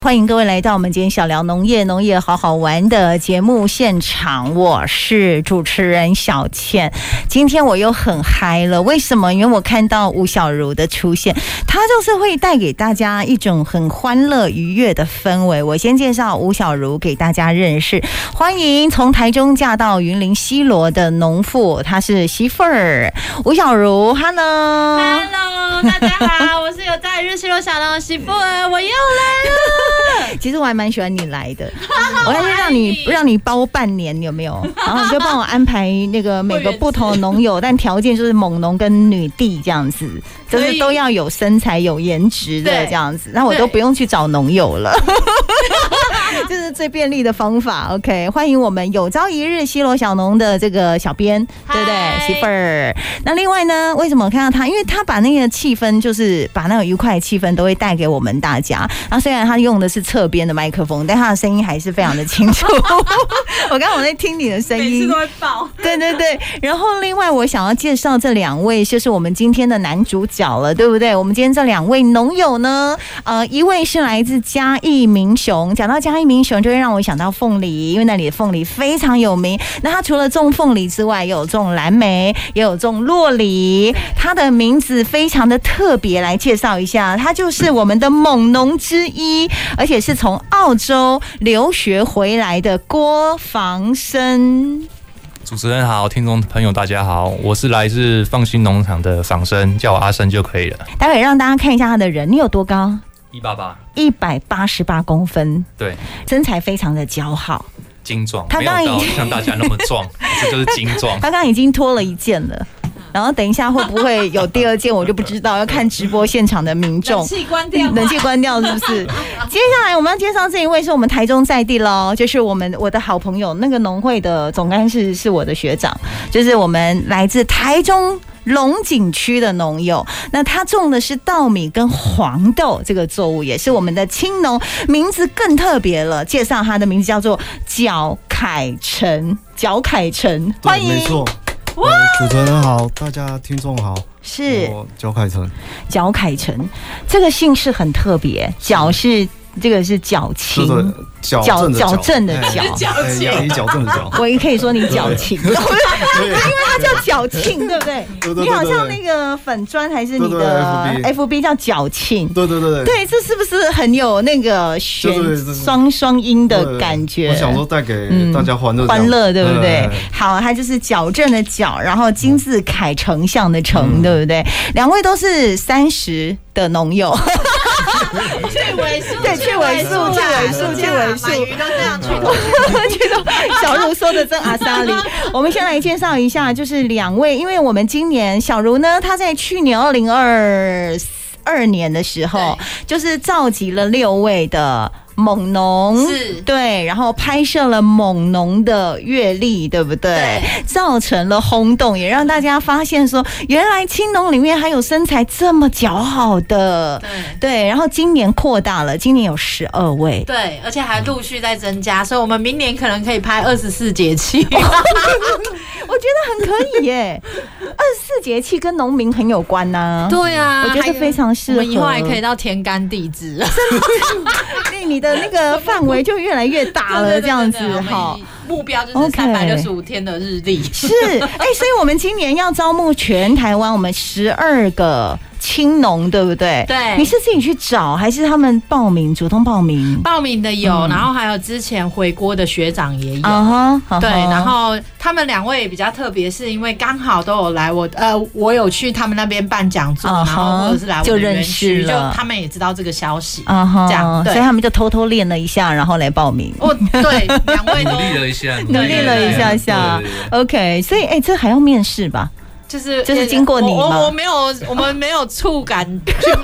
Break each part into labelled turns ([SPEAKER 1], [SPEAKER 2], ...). [SPEAKER 1] 欢迎各位来到我们今天小聊农业，农业好好玩的节目现场，我是主持人小倩。今天我又很嗨了，为什么？因为我看到吴小如的出现，她就是会带给大家一种很欢乐愉悦的氛围。我先介绍吴小如给大家认识，欢迎从台中嫁到云林西罗的农妇，她是媳妇儿吴小如，Hello。
[SPEAKER 2] Hello，大家好，我是有在日西罗小龙媳 妇儿，我又来了。
[SPEAKER 1] 其实我还蛮喜欢你来 的，我要是让你让你包半年有没有？然后你就帮我安排那个每个不同的农友，但条件就是猛农跟女帝这样子，就
[SPEAKER 2] 可以
[SPEAKER 1] 是都要有身材有颜值的
[SPEAKER 2] 对
[SPEAKER 1] 这样子，那我都不用去找农友 了。这是最便利的方法。OK，欢迎我们有朝一日西罗小农的这个小编，对不对，
[SPEAKER 2] 嗨
[SPEAKER 1] 媳妇儿？那另外呢，为什么我看到他？因为他把那个气氛，就是把那种愉快的气氛都会带给我们大家。那虽然他用的是侧边的麦克风，但他的声音还是非常的清楚。我刚刚我在听你的声
[SPEAKER 2] 每次
[SPEAKER 1] 音
[SPEAKER 2] 都，会爆，
[SPEAKER 1] 对对对，然后另外我想要介绍这两位，就是我们今天的男主角了，对不对？我们今天这两位农友呢，呃，一位是来自嘉义民雄，讲到嘉义民雄，就会让我想到凤梨，因为那里的凤梨非常有名。那他除了种凤梨之外，也有种蓝莓，也有种洛梨。他的名字非常的特别，来介绍一下，他就是我们的猛农之一，而且是从澳洲留学回来的郭防生。
[SPEAKER 3] 主持人好，听众朋友大家好，我是来自放心农场的仿生，叫我阿生就可以了。
[SPEAKER 1] 待会让大家看一下他的人，你有多高？
[SPEAKER 3] 一八八，
[SPEAKER 1] 一百八十八公分，
[SPEAKER 3] 对，
[SPEAKER 1] 身材非常的姣好。
[SPEAKER 3] 精壮，
[SPEAKER 1] 他
[SPEAKER 3] 没有
[SPEAKER 1] 刚
[SPEAKER 3] 到
[SPEAKER 1] 已经
[SPEAKER 3] 像大家那么 壮，这就是精壮。
[SPEAKER 1] 他刚刚已经脱了一件了，然后等一下会不会有第二件，我就不知道，要看直播现场的民众
[SPEAKER 2] 冷。气 关掉，
[SPEAKER 1] 嗯冷气关掉是不是？接下来我们要介绍这一位是我们台中在地喽，就是我们我的好朋友，那个农会的总干事是我的学长，就是我们来自台中。龙井区的农友，那他种的是稻米跟黄豆这个作物，也是我们的青农，名字更特别了。介绍他的名字叫做角凯成，角凯成，
[SPEAKER 4] 对
[SPEAKER 1] 欢迎
[SPEAKER 4] 没，错。呃主持人好，大家听众好，
[SPEAKER 1] 是
[SPEAKER 4] 我焦凯成，
[SPEAKER 1] 角凯成，这个姓氏很特别，角是这个是矫
[SPEAKER 4] 就
[SPEAKER 1] 情，
[SPEAKER 4] 是矫正的
[SPEAKER 1] 矫正的
[SPEAKER 4] 哎
[SPEAKER 1] 矫
[SPEAKER 4] 哎
[SPEAKER 2] 矫情
[SPEAKER 4] 牙医矫
[SPEAKER 1] 。
[SPEAKER 4] 正的矫
[SPEAKER 1] 我也可以说你矫 情，对不对？
[SPEAKER 4] 对
[SPEAKER 1] 他叫矫情，对不对？
[SPEAKER 4] 对对对
[SPEAKER 1] 你好像
[SPEAKER 4] 对
[SPEAKER 1] 那个粉砖还是你的
[SPEAKER 4] 对对
[SPEAKER 1] FB 叫矫情。
[SPEAKER 4] 对对对对，
[SPEAKER 1] 对，这是不是很有那个旋
[SPEAKER 4] 对对对对
[SPEAKER 1] 双双音的
[SPEAKER 4] 对
[SPEAKER 1] 感觉？嗯
[SPEAKER 4] 我想说带给大家欢乐这样，
[SPEAKER 1] 欢乐，对不对
[SPEAKER 4] 哎？
[SPEAKER 1] 好，它就是矫正的矫，然后金字凯丞相的
[SPEAKER 4] 嗯
[SPEAKER 1] 丞，对不对？两位都是三十的农友，
[SPEAKER 2] 去尾数，
[SPEAKER 1] 对去尾数去尾数去尾数
[SPEAKER 2] 买鱼都这样去头，
[SPEAKER 1] 这种小茹说的真阿萨里。我们先来介绍一下，就是两位，因为我们今年小茹呢，她在去年二零二二年的时候，就是召集了六位的猛农。
[SPEAKER 2] 是
[SPEAKER 1] 对，然后拍摄了猛农的阅历，对不对？
[SPEAKER 2] 对
[SPEAKER 1] 造成了轰动，也让大家发现说，原来青农里面还有身材这么姣好的。
[SPEAKER 2] 对
[SPEAKER 1] 对，然后今年扩大了，今年有十二位。
[SPEAKER 2] 对，而且还陆续在增加，所以我们明年可能可以拍二十四节气。
[SPEAKER 1] 我觉得很可以耶，二十四节气跟农民很有关呐、
[SPEAKER 2] 对啊
[SPEAKER 1] 我觉得非常适合
[SPEAKER 2] 我们以后还可以到天干 地支，
[SPEAKER 1] 对，你的那个范围就越来越大了，这样子
[SPEAKER 2] 对对对对
[SPEAKER 1] 哈
[SPEAKER 2] 我。们目标就是
[SPEAKER 1] OK
[SPEAKER 2] 三百六十五天的日历。
[SPEAKER 1] 是，哎、所以我们今年要招募全台湾，我们十二个青农，对不对？
[SPEAKER 2] 对
[SPEAKER 1] 你是自己去找，还是他们报名主动报名？
[SPEAKER 2] 报名的有，
[SPEAKER 1] 嗯
[SPEAKER 2] 然后还有之前回国的学长也有。
[SPEAKER 1] 啊哈，
[SPEAKER 2] 对，
[SPEAKER 1] 啊哈
[SPEAKER 2] 然后他们两位比较特别，是因为刚好都有来我呃，我有去他们那边办讲座，
[SPEAKER 1] 啊
[SPEAKER 2] 然
[SPEAKER 1] 哈
[SPEAKER 2] 后或者是来我
[SPEAKER 1] 就
[SPEAKER 2] 的
[SPEAKER 1] 认
[SPEAKER 2] 园
[SPEAKER 1] 识
[SPEAKER 2] 区，就
[SPEAKER 1] 了
[SPEAKER 2] 他们也知道这个消息。
[SPEAKER 1] 啊哈，
[SPEAKER 2] 这样对
[SPEAKER 1] 所以他们就偷偷练了一下，然后来报名。
[SPEAKER 2] 哦， 对，两位
[SPEAKER 3] 努力
[SPEAKER 2] 都
[SPEAKER 3] 了一下，
[SPEAKER 1] 努力了一下下
[SPEAKER 3] 对对对
[SPEAKER 1] OK，所以哎、这还要面试吧？
[SPEAKER 2] 就是
[SPEAKER 1] 就是经过你
[SPEAKER 2] 我
[SPEAKER 1] 吗
[SPEAKER 2] 我我没有，我们没有触感。 就是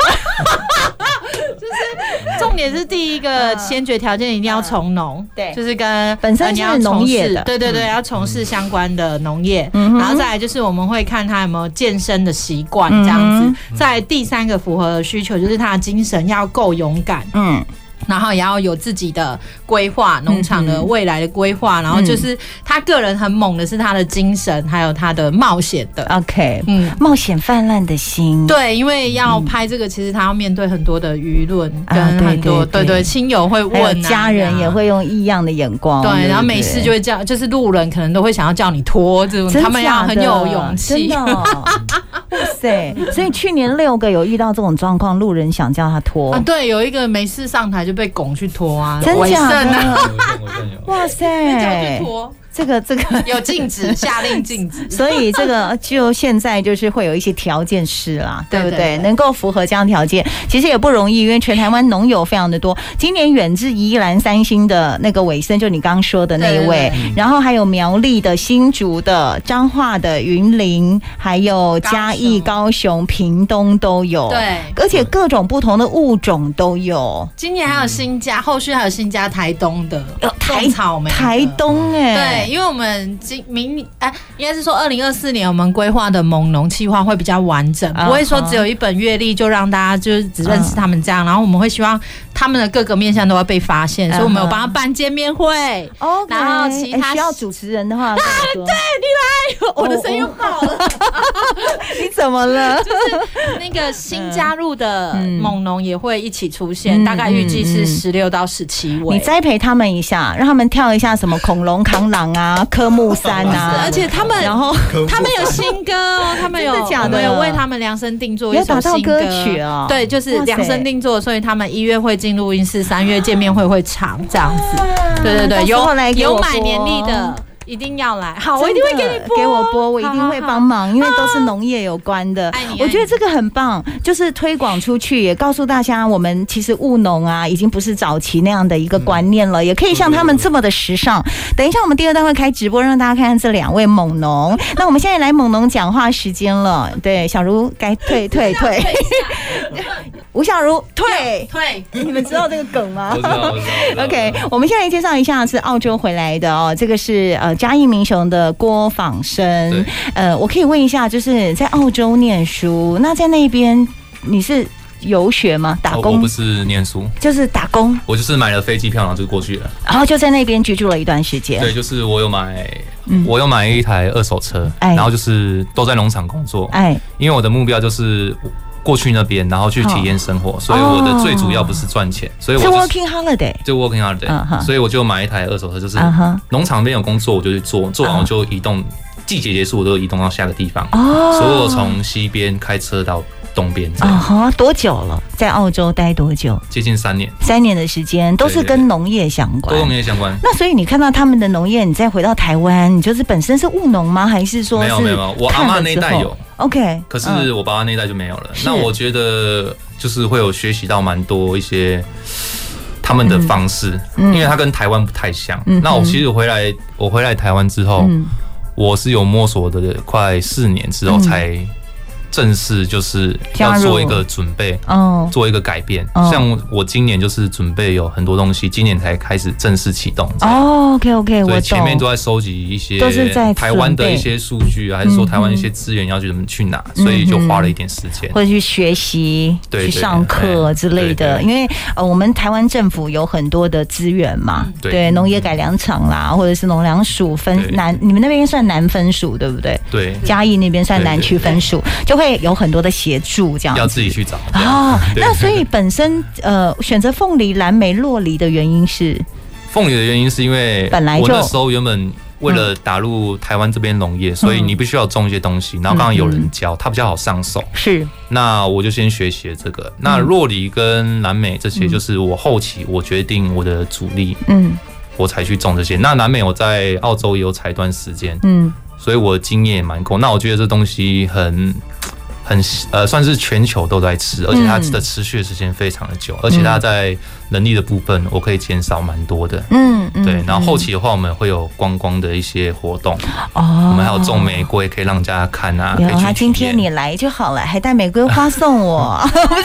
[SPEAKER 2] 重点是第一个先决条件一定要从农，
[SPEAKER 1] 嗯对
[SPEAKER 2] 就是跟
[SPEAKER 1] 本身
[SPEAKER 2] 呃你
[SPEAKER 1] 是
[SPEAKER 2] 要从
[SPEAKER 1] 农业
[SPEAKER 2] 事
[SPEAKER 1] 的
[SPEAKER 2] 对对对，要从事相关的农业，
[SPEAKER 1] 嗯哼
[SPEAKER 2] 然后再来就是我们会看他有没有健身的习惯
[SPEAKER 1] 嗯哼
[SPEAKER 2] 这样子，再来第三个符合的需求就是他的精神要够勇敢，
[SPEAKER 1] 嗯，
[SPEAKER 2] 然后也要有自己的规划，农场的未来的规划。然后就是他个人很猛的是他的精神，还有他的冒险的。
[SPEAKER 1] OK，
[SPEAKER 2] 嗯，
[SPEAKER 1] 冒险泛滥的心，
[SPEAKER 2] 对，因为要拍这个，其实他要面对很多的舆论，
[SPEAKER 1] 啊
[SPEAKER 2] 跟
[SPEAKER 1] 对
[SPEAKER 2] 很多
[SPEAKER 1] 对对
[SPEAKER 2] 对亲友会
[SPEAKER 1] 还有
[SPEAKER 2] 问啊，
[SPEAKER 1] 家人也会哦用异样的眼光，
[SPEAKER 2] 对，啊然后
[SPEAKER 1] 不
[SPEAKER 2] 没事就会叫，就是路人可能都会想要叫你拖这种，
[SPEAKER 1] 真
[SPEAKER 2] 他们要
[SPEAKER 1] 假
[SPEAKER 2] 很
[SPEAKER 1] 的
[SPEAKER 2] 有勇
[SPEAKER 1] 真
[SPEAKER 2] 气
[SPEAKER 1] 的。哦、哇塞！所以去年六个有遇到这种状况，路人想叫他拖，
[SPEAKER 2] 啊，对，有一个没事上台就被拱去拖啊，
[SPEAKER 1] 哦真
[SPEAKER 2] 伟
[SPEAKER 1] 假
[SPEAKER 2] 盛 啊，
[SPEAKER 1] 的？
[SPEAKER 3] 我见有
[SPEAKER 1] 哇
[SPEAKER 2] 被叫
[SPEAKER 1] 塞
[SPEAKER 2] 去！拖，
[SPEAKER 1] 这个这个，
[SPEAKER 2] 有 禁止，下令禁 止。
[SPEAKER 1] 所以这个就现在就是会有一些条件师啦，对不对？
[SPEAKER 2] 对对对
[SPEAKER 1] 能够符合这样条件，其实也不容易，因为全台湾农友非常的多。今年远至宜兰三星的那个伟森，就你刚刚说的那一位，
[SPEAKER 2] 对对
[SPEAKER 1] 然后还有苗栗的、新竹的、彰化的、云林，还有嘉义、高雄、屏东都有。
[SPEAKER 2] 对，
[SPEAKER 1] 而且各种不同的物种都有。
[SPEAKER 2] 今年还有新家，后续还有新家台东的
[SPEAKER 1] 呃台
[SPEAKER 2] 种草莓的，
[SPEAKER 1] 台东哎、
[SPEAKER 2] 对，因为我们今明哎、应该是说二零二四年我们规划的猛农计划会比较完整，
[SPEAKER 1] 啊
[SPEAKER 2] 不会说只有一本阅历就让大家就是只认识他们这
[SPEAKER 1] 嗯
[SPEAKER 2] 样，然后我们会希望他们的各个面向都要被发现，所以我们有帮他办见面 会。
[SPEAKER 1] 哦，
[SPEAKER 2] 然后其他
[SPEAKER 1] 需要主持人的 话，对，
[SPEAKER 2] 我的声音又爆了，
[SPEAKER 1] 你怎么了？
[SPEAKER 2] 那个新加入的
[SPEAKER 1] 嗯
[SPEAKER 2] 猛农也会一起出现，
[SPEAKER 1] 嗯
[SPEAKER 2] 大概预计
[SPEAKER 1] 嗯嗯
[SPEAKER 2] 是十六到十七位。
[SPEAKER 1] 你栽培他们一下，让他们跳一下什么恐龙扛狼啊、科目三啊，
[SPEAKER 2] 而且他们
[SPEAKER 1] 然后
[SPEAKER 2] 他们有新歌哦，他们有
[SPEAKER 1] 真的假的
[SPEAKER 2] 我们有为他们量身定做一
[SPEAKER 1] 有打
[SPEAKER 2] 首
[SPEAKER 1] 造
[SPEAKER 2] 新
[SPEAKER 1] 歌曲哦
[SPEAKER 2] 对，就是量身定做，所以他们一月会进录音室，三月见面会会唱这样子。 对对对，
[SPEAKER 1] 啊到时候
[SPEAKER 2] 有
[SPEAKER 1] 来给我
[SPEAKER 2] 有
[SPEAKER 1] 播
[SPEAKER 2] 买年历的一定要来，好，我一
[SPEAKER 1] 真
[SPEAKER 2] 定
[SPEAKER 1] 的
[SPEAKER 2] 会给你播，
[SPEAKER 1] 给我播，我一定会
[SPEAKER 2] 好。好
[SPEAKER 1] 帮
[SPEAKER 2] 好
[SPEAKER 1] 忙，因为都是农业有关的
[SPEAKER 2] 爱你。
[SPEAKER 1] 我觉
[SPEAKER 2] 爱
[SPEAKER 1] 得
[SPEAKER 2] 你
[SPEAKER 1] 这个很棒，就是推广出去，也告诉大家，我们其实务农啊，已经不是早期那样的一个观念
[SPEAKER 2] 嗯
[SPEAKER 1] 了，也可以像他们这么的时尚。等一下，我们第二段会开直播，让大家看看这两位猛农。那我们现在来猛农讲话时间了，对，小茹该退退退， 吴小茹退，
[SPEAKER 2] 退，
[SPEAKER 1] 你们知道这个梗吗？
[SPEAKER 3] 我知道，我知道我知道。
[SPEAKER 1] OK，我们现在介绍一下是澳洲回来的哦，这个是呃嘉义民雄的郭仿生
[SPEAKER 3] 对。
[SPEAKER 1] 呃，我可以问一下，就是在澳洲念书，那在那边你是游学吗？打
[SPEAKER 3] 我
[SPEAKER 1] 工、
[SPEAKER 3] 哦我不是念书，
[SPEAKER 1] 就是打工，
[SPEAKER 3] 我就是买了飞机票，然后就过去了。
[SPEAKER 1] 然后就在那边居住了一段时间。
[SPEAKER 3] 对，就是我有买
[SPEAKER 1] 嗯，
[SPEAKER 3] 我有买一台二手车，
[SPEAKER 1] 哎
[SPEAKER 3] 然后就是都在农场工作，
[SPEAKER 1] 哎，
[SPEAKER 3] 因为我的目标就是过去那边，然后去体验生活，所以我的最主要不是赚钱，所以
[SPEAKER 1] 哦是
[SPEAKER 3] 我就是
[SPEAKER 1] working holiday。
[SPEAKER 3] 就 working hard
[SPEAKER 1] 嗯哼
[SPEAKER 3] day，所以我就买一台二手车，就是
[SPEAKER 1] 嗯哼，
[SPEAKER 3] 农场那边有工作我就去做，做完
[SPEAKER 1] 嗯
[SPEAKER 3] 我就移动，季节结束我就移动到下个地方，
[SPEAKER 1] 哦，
[SPEAKER 3] 所以我从西边开车到东边，这
[SPEAKER 1] 啊
[SPEAKER 3] 样
[SPEAKER 1] 哈，多久了？在澳洲待多久？
[SPEAKER 3] 接近三年，
[SPEAKER 1] 三年的时间，都是
[SPEAKER 3] 对对对
[SPEAKER 1] 跟农业相关
[SPEAKER 3] 多。农业相关。
[SPEAKER 1] 那所以你看到他们的农业，你再回到台湾，你就是本身是务农吗？还是说
[SPEAKER 3] 没
[SPEAKER 1] 是
[SPEAKER 3] 有没有没有，我阿
[SPEAKER 1] 看了
[SPEAKER 3] 妈那一
[SPEAKER 1] 之
[SPEAKER 3] 代
[SPEAKER 1] 后
[SPEAKER 3] 有，
[SPEAKER 1] OK？
[SPEAKER 3] 可
[SPEAKER 1] 嗯
[SPEAKER 3] 是我爸爸那一代就没有了。
[SPEAKER 1] 是
[SPEAKER 3] 那我觉得就是会有学习到蛮多一些他们的方式，
[SPEAKER 1] 嗯
[SPEAKER 3] 因为它跟台湾不太像。
[SPEAKER 1] 嗯
[SPEAKER 3] 那我其实回来，我回来台湾之后，
[SPEAKER 1] 嗯
[SPEAKER 3] 我是有摸索的快四年之后
[SPEAKER 1] 嗯
[SPEAKER 3] 才正式就是
[SPEAKER 1] 加
[SPEAKER 3] 要
[SPEAKER 1] 入
[SPEAKER 3] 做一个准备。
[SPEAKER 1] 哦
[SPEAKER 3] 做一个改变，
[SPEAKER 1] 哦
[SPEAKER 3] 像我今年就是准备有很多东西，今年才开始正式启动。这样
[SPEAKER 1] 哦，OK OK，
[SPEAKER 3] 所
[SPEAKER 1] 我
[SPEAKER 3] 以前面都
[SPEAKER 1] 懂。
[SPEAKER 3] 在收集一些
[SPEAKER 1] 都是在
[SPEAKER 3] 台湾
[SPEAKER 1] 准
[SPEAKER 3] 的
[SPEAKER 1] 备
[SPEAKER 3] 一些数据啊，还是说台湾一些资源要去怎么去
[SPEAKER 1] 嗯
[SPEAKER 3] 拿，所以就花了一点时间。
[SPEAKER 1] 或者去学习、
[SPEAKER 3] 对
[SPEAKER 1] 去
[SPEAKER 3] 对哎
[SPEAKER 1] 上课之类的，
[SPEAKER 3] 对对
[SPEAKER 1] 因为呃，我们台湾政府有很多的资源嘛，
[SPEAKER 3] 嗯对
[SPEAKER 1] 农业改良场啦，或者是农粮署
[SPEAKER 3] 对
[SPEAKER 1] 分南，你们那边算南分署对不对？
[SPEAKER 3] 对，
[SPEAKER 1] 嘉义那边算
[SPEAKER 3] 对对
[SPEAKER 1] 南区分署，就会有很多的协助这样
[SPEAKER 3] 要
[SPEAKER 1] 子。
[SPEAKER 3] 自己去找。这样
[SPEAKER 1] 哦，
[SPEAKER 3] 对
[SPEAKER 1] 那所以本身呃，选择凤梨、蓝莓、洛梨的原因是
[SPEAKER 3] 凤梨的原因是因为
[SPEAKER 1] 本来就嗯
[SPEAKER 3] 我那时候原本为了打入台湾这边农业，所以你必须要种一些东西，然后刚刚有人教，它比较好上手。
[SPEAKER 1] 是
[SPEAKER 3] 那我就先学习了这个。
[SPEAKER 1] 嗯
[SPEAKER 3] 那洛梨跟蓝莓这些，就是我后期我决定我的主力，
[SPEAKER 1] 嗯
[SPEAKER 3] 我才去种这些。那蓝莓我在澳洲也有采一段时间，
[SPEAKER 1] 嗯
[SPEAKER 3] 所以我经验也蛮够。那我觉得这东西很很呃，算是全球都在吃，
[SPEAKER 1] 嗯
[SPEAKER 3] 而且它的持续的时间非常的久，而且它在能力的部分我可以减少蛮多的。
[SPEAKER 1] 嗯嗯，
[SPEAKER 3] 对，然后后
[SPEAKER 1] 嗯
[SPEAKER 3] 期的话，我们会有观光的一些活动，
[SPEAKER 1] 哦，
[SPEAKER 3] 我们还有种玫瑰，可以让大家看啊。
[SPEAKER 1] 有
[SPEAKER 3] 可以去
[SPEAKER 1] 啊，今天
[SPEAKER 3] 体
[SPEAKER 1] 你
[SPEAKER 3] 验
[SPEAKER 1] 来就好了，还带玫瑰花送我，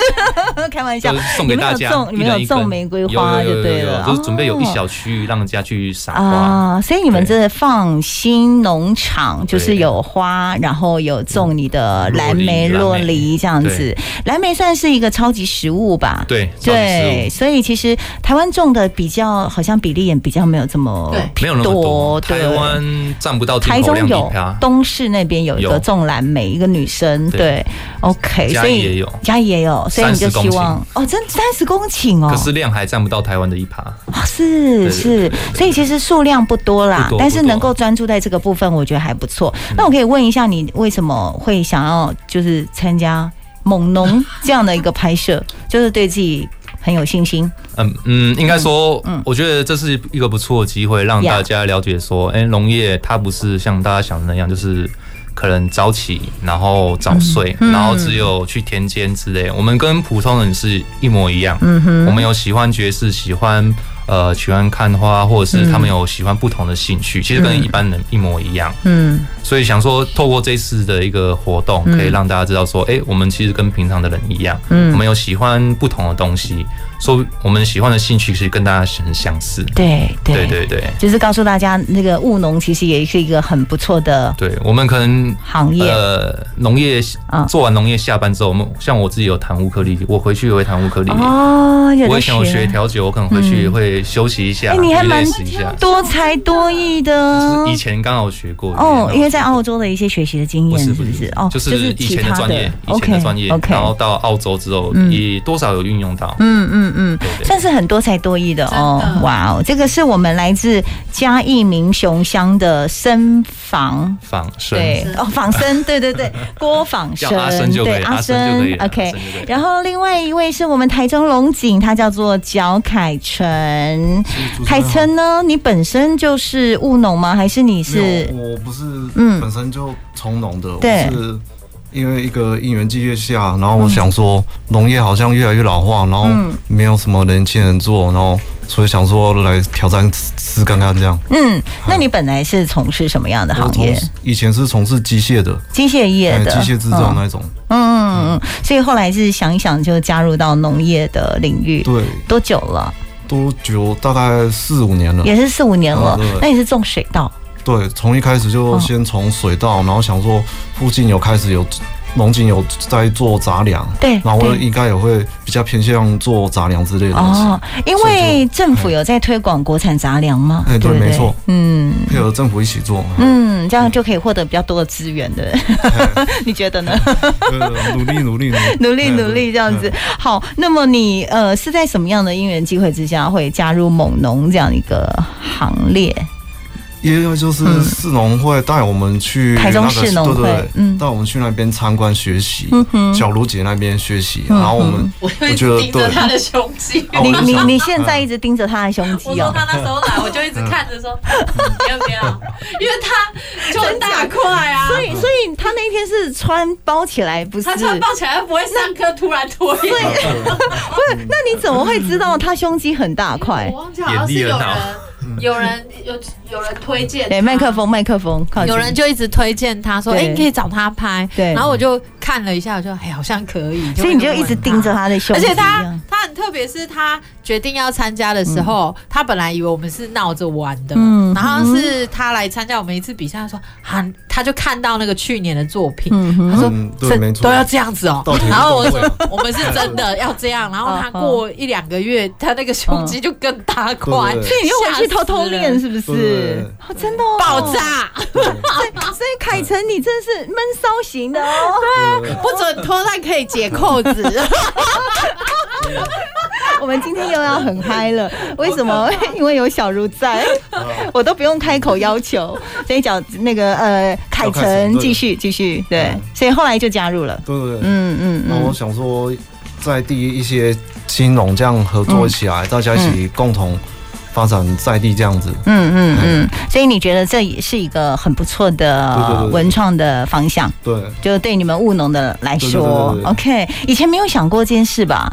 [SPEAKER 1] 不是开玩笑
[SPEAKER 3] 就是，送给大
[SPEAKER 1] 你们
[SPEAKER 3] 家
[SPEAKER 1] 有种，你们
[SPEAKER 3] 一人
[SPEAKER 1] 有
[SPEAKER 3] 一根
[SPEAKER 1] 种玫瑰花就
[SPEAKER 3] 有有有有
[SPEAKER 1] 对
[SPEAKER 3] 有
[SPEAKER 1] 了，
[SPEAKER 3] 就是准备有一
[SPEAKER 1] 哦
[SPEAKER 3] 小区域让人家去赏花。
[SPEAKER 1] 啊，所以你们
[SPEAKER 3] 对
[SPEAKER 1] 这放心农场就是
[SPEAKER 3] 对
[SPEAKER 1] 有花，然后有种你的
[SPEAKER 3] 嗯
[SPEAKER 1] 蓝莓、
[SPEAKER 3] 洛
[SPEAKER 1] 洛
[SPEAKER 3] 梨
[SPEAKER 1] 梨这样子。蓝莓算是一个超级食物吧？
[SPEAKER 3] 对，超级食
[SPEAKER 1] 对，
[SPEAKER 3] 物
[SPEAKER 1] 所以其实台湾种的比较好像比例也比较没有这么
[SPEAKER 2] 对
[SPEAKER 3] 没有那么多，
[SPEAKER 1] 对
[SPEAKER 3] 台湾占不到进
[SPEAKER 1] 台
[SPEAKER 3] 口
[SPEAKER 1] 中
[SPEAKER 3] 量
[SPEAKER 1] 有
[SPEAKER 3] 一趴，
[SPEAKER 1] 东市那边有一个
[SPEAKER 3] 有
[SPEAKER 1] 种蓝莓，一个女生，
[SPEAKER 3] 对
[SPEAKER 1] 对，OK，
[SPEAKER 3] 嘉
[SPEAKER 1] 所
[SPEAKER 3] 义
[SPEAKER 1] 以
[SPEAKER 3] 也有
[SPEAKER 1] 嘉义也有，所以你就
[SPEAKER 3] 30公
[SPEAKER 1] 希
[SPEAKER 3] 顷
[SPEAKER 1] 望哦，真三十公顷哦，
[SPEAKER 3] 可是量还占不到台湾的一趴。
[SPEAKER 1] 哦是
[SPEAKER 3] 对
[SPEAKER 1] 是，所以其实数量不多啦，
[SPEAKER 3] 不多嗯
[SPEAKER 1] 但是
[SPEAKER 3] 不多
[SPEAKER 1] 能够专注在这个部分，我觉得还不错。那我可以问一下，你为什么会想要就是参加猛 农这样的一个拍摄，就是对自己很有信心？
[SPEAKER 3] 嗯嗯，应该说
[SPEAKER 1] 嗯嗯，
[SPEAKER 3] 我觉得这是一个不错的机会，让
[SPEAKER 1] Yeah
[SPEAKER 3] 大家了解说，哎，农业它不是像大家想的那样，就是可能早起，然后早睡，
[SPEAKER 1] 嗯
[SPEAKER 3] 然后只有去田间之类。我们跟普通人是一模一样，
[SPEAKER 1] 嗯哼，
[SPEAKER 3] 我们有喜欢爵士，喜欢呃喜欢看花，或者
[SPEAKER 1] 嗯
[SPEAKER 3] 是他们有喜欢不同的兴趣，其实跟一般人一模一样。
[SPEAKER 1] 嗯
[SPEAKER 3] 所以想说，透过这次的一个活动，
[SPEAKER 1] 嗯
[SPEAKER 3] 可以让大家知道说，哎、我们其实跟平常的人一样，我
[SPEAKER 1] 嗯，
[SPEAKER 3] 们有喜欢不同的东西，说我们喜欢的兴趣其实跟大家很相似。
[SPEAKER 1] 对
[SPEAKER 3] 对对对
[SPEAKER 1] 就是告诉大家，那个务农其实也是一个很不错的
[SPEAKER 3] 对，我们可能
[SPEAKER 1] 行业。
[SPEAKER 3] 呃农业
[SPEAKER 1] 嗯
[SPEAKER 3] 做完农业下班之后，我们像我自己有弹乌克丽丽，我回去也会弹乌克丽丽。
[SPEAKER 1] 哦，有
[SPEAKER 3] 我
[SPEAKER 1] 的
[SPEAKER 3] 以前有学
[SPEAKER 1] 学，
[SPEAKER 3] 调酒，我可能回去
[SPEAKER 1] 嗯
[SPEAKER 3] 会休息一下，
[SPEAKER 1] 哎你还蛮
[SPEAKER 3] relax 一下。
[SPEAKER 1] 多才多艺的
[SPEAKER 3] 就是以前刚好学过
[SPEAKER 1] 哦，因为在澳
[SPEAKER 3] 洲
[SPEAKER 1] 洲的一些学习的经验，是不是？哦，
[SPEAKER 3] 就是以
[SPEAKER 1] 其
[SPEAKER 3] 前的
[SPEAKER 1] 他
[SPEAKER 3] 专业，以
[SPEAKER 1] OK，
[SPEAKER 3] 前的专业
[SPEAKER 1] OK，
[SPEAKER 3] 然后到澳洲之后，
[SPEAKER 1] 嗯
[SPEAKER 3] 也多少有运用到。
[SPEAKER 1] 嗯嗯嗯。
[SPEAKER 3] 对对
[SPEAKER 1] 算是很多才多艺的哦
[SPEAKER 2] 真，的
[SPEAKER 1] 哇哦！这个是我们来自嘉义民雄乡的生房，
[SPEAKER 3] 仿生，
[SPEAKER 1] 对哦，仿生，对对 对，郭仿生
[SPEAKER 3] 叫，阿生就可
[SPEAKER 1] 对
[SPEAKER 3] 以，阿生就可以了
[SPEAKER 1] OK
[SPEAKER 3] 阿生就可以了
[SPEAKER 1] 然后另外一位是我们台中龙井，他叫做焦凯成。
[SPEAKER 4] 主持
[SPEAKER 1] 凯
[SPEAKER 4] 人好
[SPEAKER 1] 成呢，你本身就是务农吗？还是你
[SPEAKER 4] 没
[SPEAKER 1] 是
[SPEAKER 4] 有我不是
[SPEAKER 1] 嗯
[SPEAKER 4] 本身就从农的，
[SPEAKER 1] 对
[SPEAKER 4] 我是因为一个因缘际遇下，然后我想说农业好像越来越老化，然后
[SPEAKER 1] 嗯
[SPEAKER 4] 没有什么年轻人做，然后所以想说来挑战试试看看这样。
[SPEAKER 1] 嗯？那你本来是从事什么样的
[SPEAKER 4] 我
[SPEAKER 1] 行
[SPEAKER 4] 从
[SPEAKER 1] 业？
[SPEAKER 4] 以前是从事机械的，
[SPEAKER 1] 机械业
[SPEAKER 4] 哎
[SPEAKER 1] 的，
[SPEAKER 4] 机械制造那一种。
[SPEAKER 1] 嗯嗯嗯，所以后来是想一想就加入到农业的领域，
[SPEAKER 4] 对，
[SPEAKER 1] 多久了？
[SPEAKER 4] 多久？大概四五年了。
[SPEAKER 1] 也是四五年了
[SPEAKER 4] 嗯对。
[SPEAKER 1] 那你是种水稻，
[SPEAKER 4] 对，从一开始就
[SPEAKER 1] 哦
[SPEAKER 4] 先从水稻，然后想说附近有开始有农井有在做杂粮，
[SPEAKER 1] 对，
[SPEAKER 4] 然后我
[SPEAKER 1] 对。
[SPEAKER 4] 应该也会比较偏向做杂粮之类的东西。
[SPEAKER 1] 哦，因为政府有在推广国产杂粮嘛，
[SPEAKER 4] 嗯哎
[SPEAKER 1] 对不
[SPEAKER 4] 对
[SPEAKER 1] 对
[SPEAKER 4] 没错，
[SPEAKER 1] 嗯
[SPEAKER 4] 配合政府一起做，
[SPEAKER 1] 嗯，这样就可以获得比较多的资源的， 你觉 得呢？
[SPEAKER 4] 呃努力努力 努力
[SPEAKER 1] 努力努力这样子
[SPEAKER 4] 嗯嗯。
[SPEAKER 1] 好，那么你呃是在什么样的因缘机会之下会加入猛农这样一个行列？
[SPEAKER 4] 因为就是市农会带我们
[SPEAKER 1] 嗯
[SPEAKER 4] 去
[SPEAKER 1] 台中
[SPEAKER 4] 那个
[SPEAKER 1] 市农
[SPEAKER 4] 对对
[SPEAKER 1] 会
[SPEAKER 4] 对，
[SPEAKER 1] 嗯
[SPEAKER 4] 带我们去那边参观学习，
[SPEAKER 1] 嗯哼
[SPEAKER 4] 小卢姐那边学习，
[SPEAKER 1] 嗯
[SPEAKER 4] 然后我们
[SPEAKER 2] 我就
[SPEAKER 4] 我
[SPEAKER 2] 一直
[SPEAKER 4] 觉得
[SPEAKER 2] 盯着
[SPEAKER 4] 对
[SPEAKER 2] 他的胸肌。
[SPEAKER 4] 啊
[SPEAKER 1] 你
[SPEAKER 4] 我就
[SPEAKER 1] 你
[SPEAKER 4] 想
[SPEAKER 1] 你现在一直盯着他的胸
[SPEAKER 2] 我
[SPEAKER 1] 肌
[SPEAKER 2] 说
[SPEAKER 1] 哦。
[SPEAKER 2] 他那时候 来，嗯我就一直看着说， 不要不要，因为他就很大块啊，
[SPEAKER 1] 所以，
[SPEAKER 4] 嗯
[SPEAKER 1] 所以他那一天是穿包起来，不是？
[SPEAKER 2] 他突然抱起来，他不会上课突然脱衣服。
[SPEAKER 1] 那你怎么会知道他胸肌很大块
[SPEAKER 2] 我？忘记好像是有
[SPEAKER 3] 眼力很
[SPEAKER 2] 人
[SPEAKER 3] 好，
[SPEAKER 2] 有人有有人推荐他，
[SPEAKER 1] 对，哎麦克风，麦克风，靠近
[SPEAKER 2] 有人。就一直推荐他说，
[SPEAKER 1] 对
[SPEAKER 2] 哎、你可以找他拍。
[SPEAKER 1] 对
[SPEAKER 2] 然后我就看了一下，我就哎、好像可以。
[SPEAKER 1] 所以你就一直盯着
[SPEAKER 2] 他。
[SPEAKER 1] 他的胸
[SPEAKER 2] 而
[SPEAKER 1] 肌
[SPEAKER 2] 且
[SPEAKER 1] 这样，
[SPEAKER 2] 他他很特别，是他决定要参加的时候，他本来以为我们是闹着玩的，
[SPEAKER 1] 嗯
[SPEAKER 2] 然后是他来参加我们一次比赛，他说啊，他就看到那个去年的作品，
[SPEAKER 1] 嗯哼
[SPEAKER 2] 他说
[SPEAKER 4] 嗯对
[SPEAKER 2] 这
[SPEAKER 4] 没错
[SPEAKER 2] 都要这样子哦
[SPEAKER 4] 到底，是
[SPEAKER 2] 然后我
[SPEAKER 4] 怎么
[SPEAKER 2] 说
[SPEAKER 4] 会啊
[SPEAKER 2] 我们是真的要这样，然后他
[SPEAKER 1] 嗯
[SPEAKER 2] 过一两个月，他那个胸肌就更大块，
[SPEAKER 4] 嗯对对对
[SPEAKER 1] 所以你又回去偷偷练，是不是
[SPEAKER 4] 对？
[SPEAKER 1] 哦，真的哦
[SPEAKER 2] 爆！炸，
[SPEAKER 1] 所以凯晨，你真是闷骚型的 哦。
[SPEAKER 2] 不准脱，但可以解扣子。
[SPEAKER 1] 我们今天又要很嗨了，为什么？因为有小茹在，
[SPEAKER 4] 哦
[SPEAKER 1] 我都不用开口要求。所以讲那个呃，凯
[SPEAKER 4] 小哦凯
[SPEAKER 1] 晨
[SPEAKER 4] 晨对
[SPEAKER 1] 继续继续，对
[SPEAKER 4] 嗯，
[SPEAKER 1] 所以后来就加入了。
[SPEAKER 4] 对对对，
[SPEAKER 1] 嗯嗯
[SPEAKER 4] 然后我
[SPEAKER 1] 嗯，
[SPEAKER 4] 想说在地一些青农这样合作起来，大家一起共同发展在地这样子，
[SPEAKER 1] 嗯嗯嗯，所以你觉得这也是一个很不错
[SPEAKER 4] 对对对
[SPEAKER 1] 的
[SPEAKER 4] 对
[SPEAKER 1] 文创的方向，
[SPEAKER 4] 对，
[SPEAKER 1] 就对你们务农的来说
[SPEAKER 4] 对对对对对
[SPEAKER 1] ，OK，以前没有想过这件事吧？